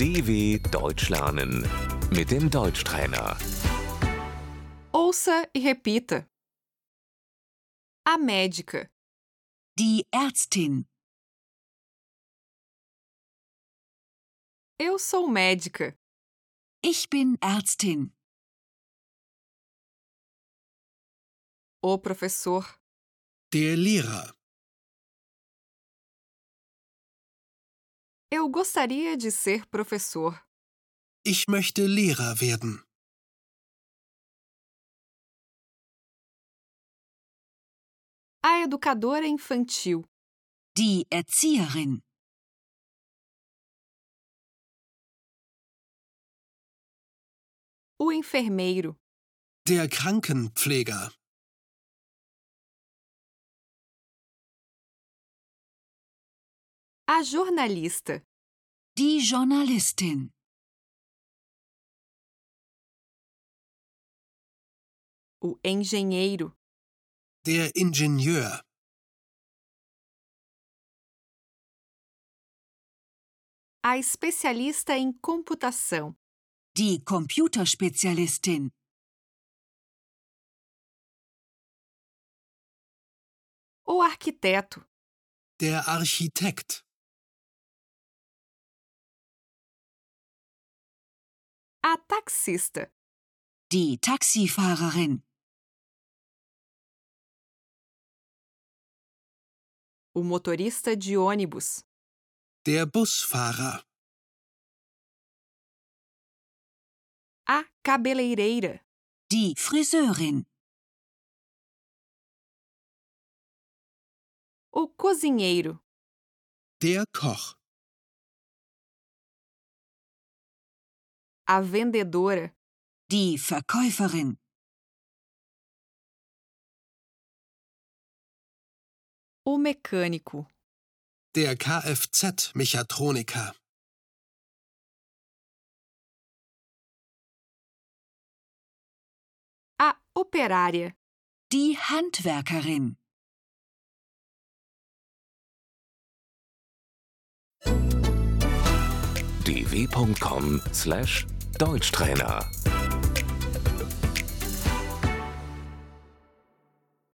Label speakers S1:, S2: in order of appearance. S1: DW Deutsch lernen mit dem Deutschtrainer.
S2: Ouça e repita. A médica,
S3: Die Ärztin.
S2: eu sou médica.
S3: Ich bin Ärztin.
S2: O professor,
S4: Der Lehrer.
S2: eu gostaria de ser professor.
S4: Ich möchte Lehrer werden.
S2: A educadora infantil,
S3: Die Erzieherin.
S2: o enfermeiro,
S4: Der Krankenpfleger.
S2: a jornalista,
S3: Die Journalistin.
S2: o engenheiro,
S4: Der Ingenieur.
S2: a especialista em computação,
S3: Die Computerspezialistin.
S2: o arquiteto,
S4: Der Architekt.
S2: a taxista,
S3: Die Taxifahrerin.
S2: o motorista de ônibus,
S4: Der Busfahrer.
S2: a cabeleireira,
S3: Die Friseurin.
S2: o cozinheiro,
S4: Der Koch.
S2: a vendedora,
S3: Die Verkäuferin.
S2: o mecânico.
S4: Der Kfz-Mechatroniker.
S2: a operária,
S3: Die Handwerkerin.
S1: dw.com/deutschtrainer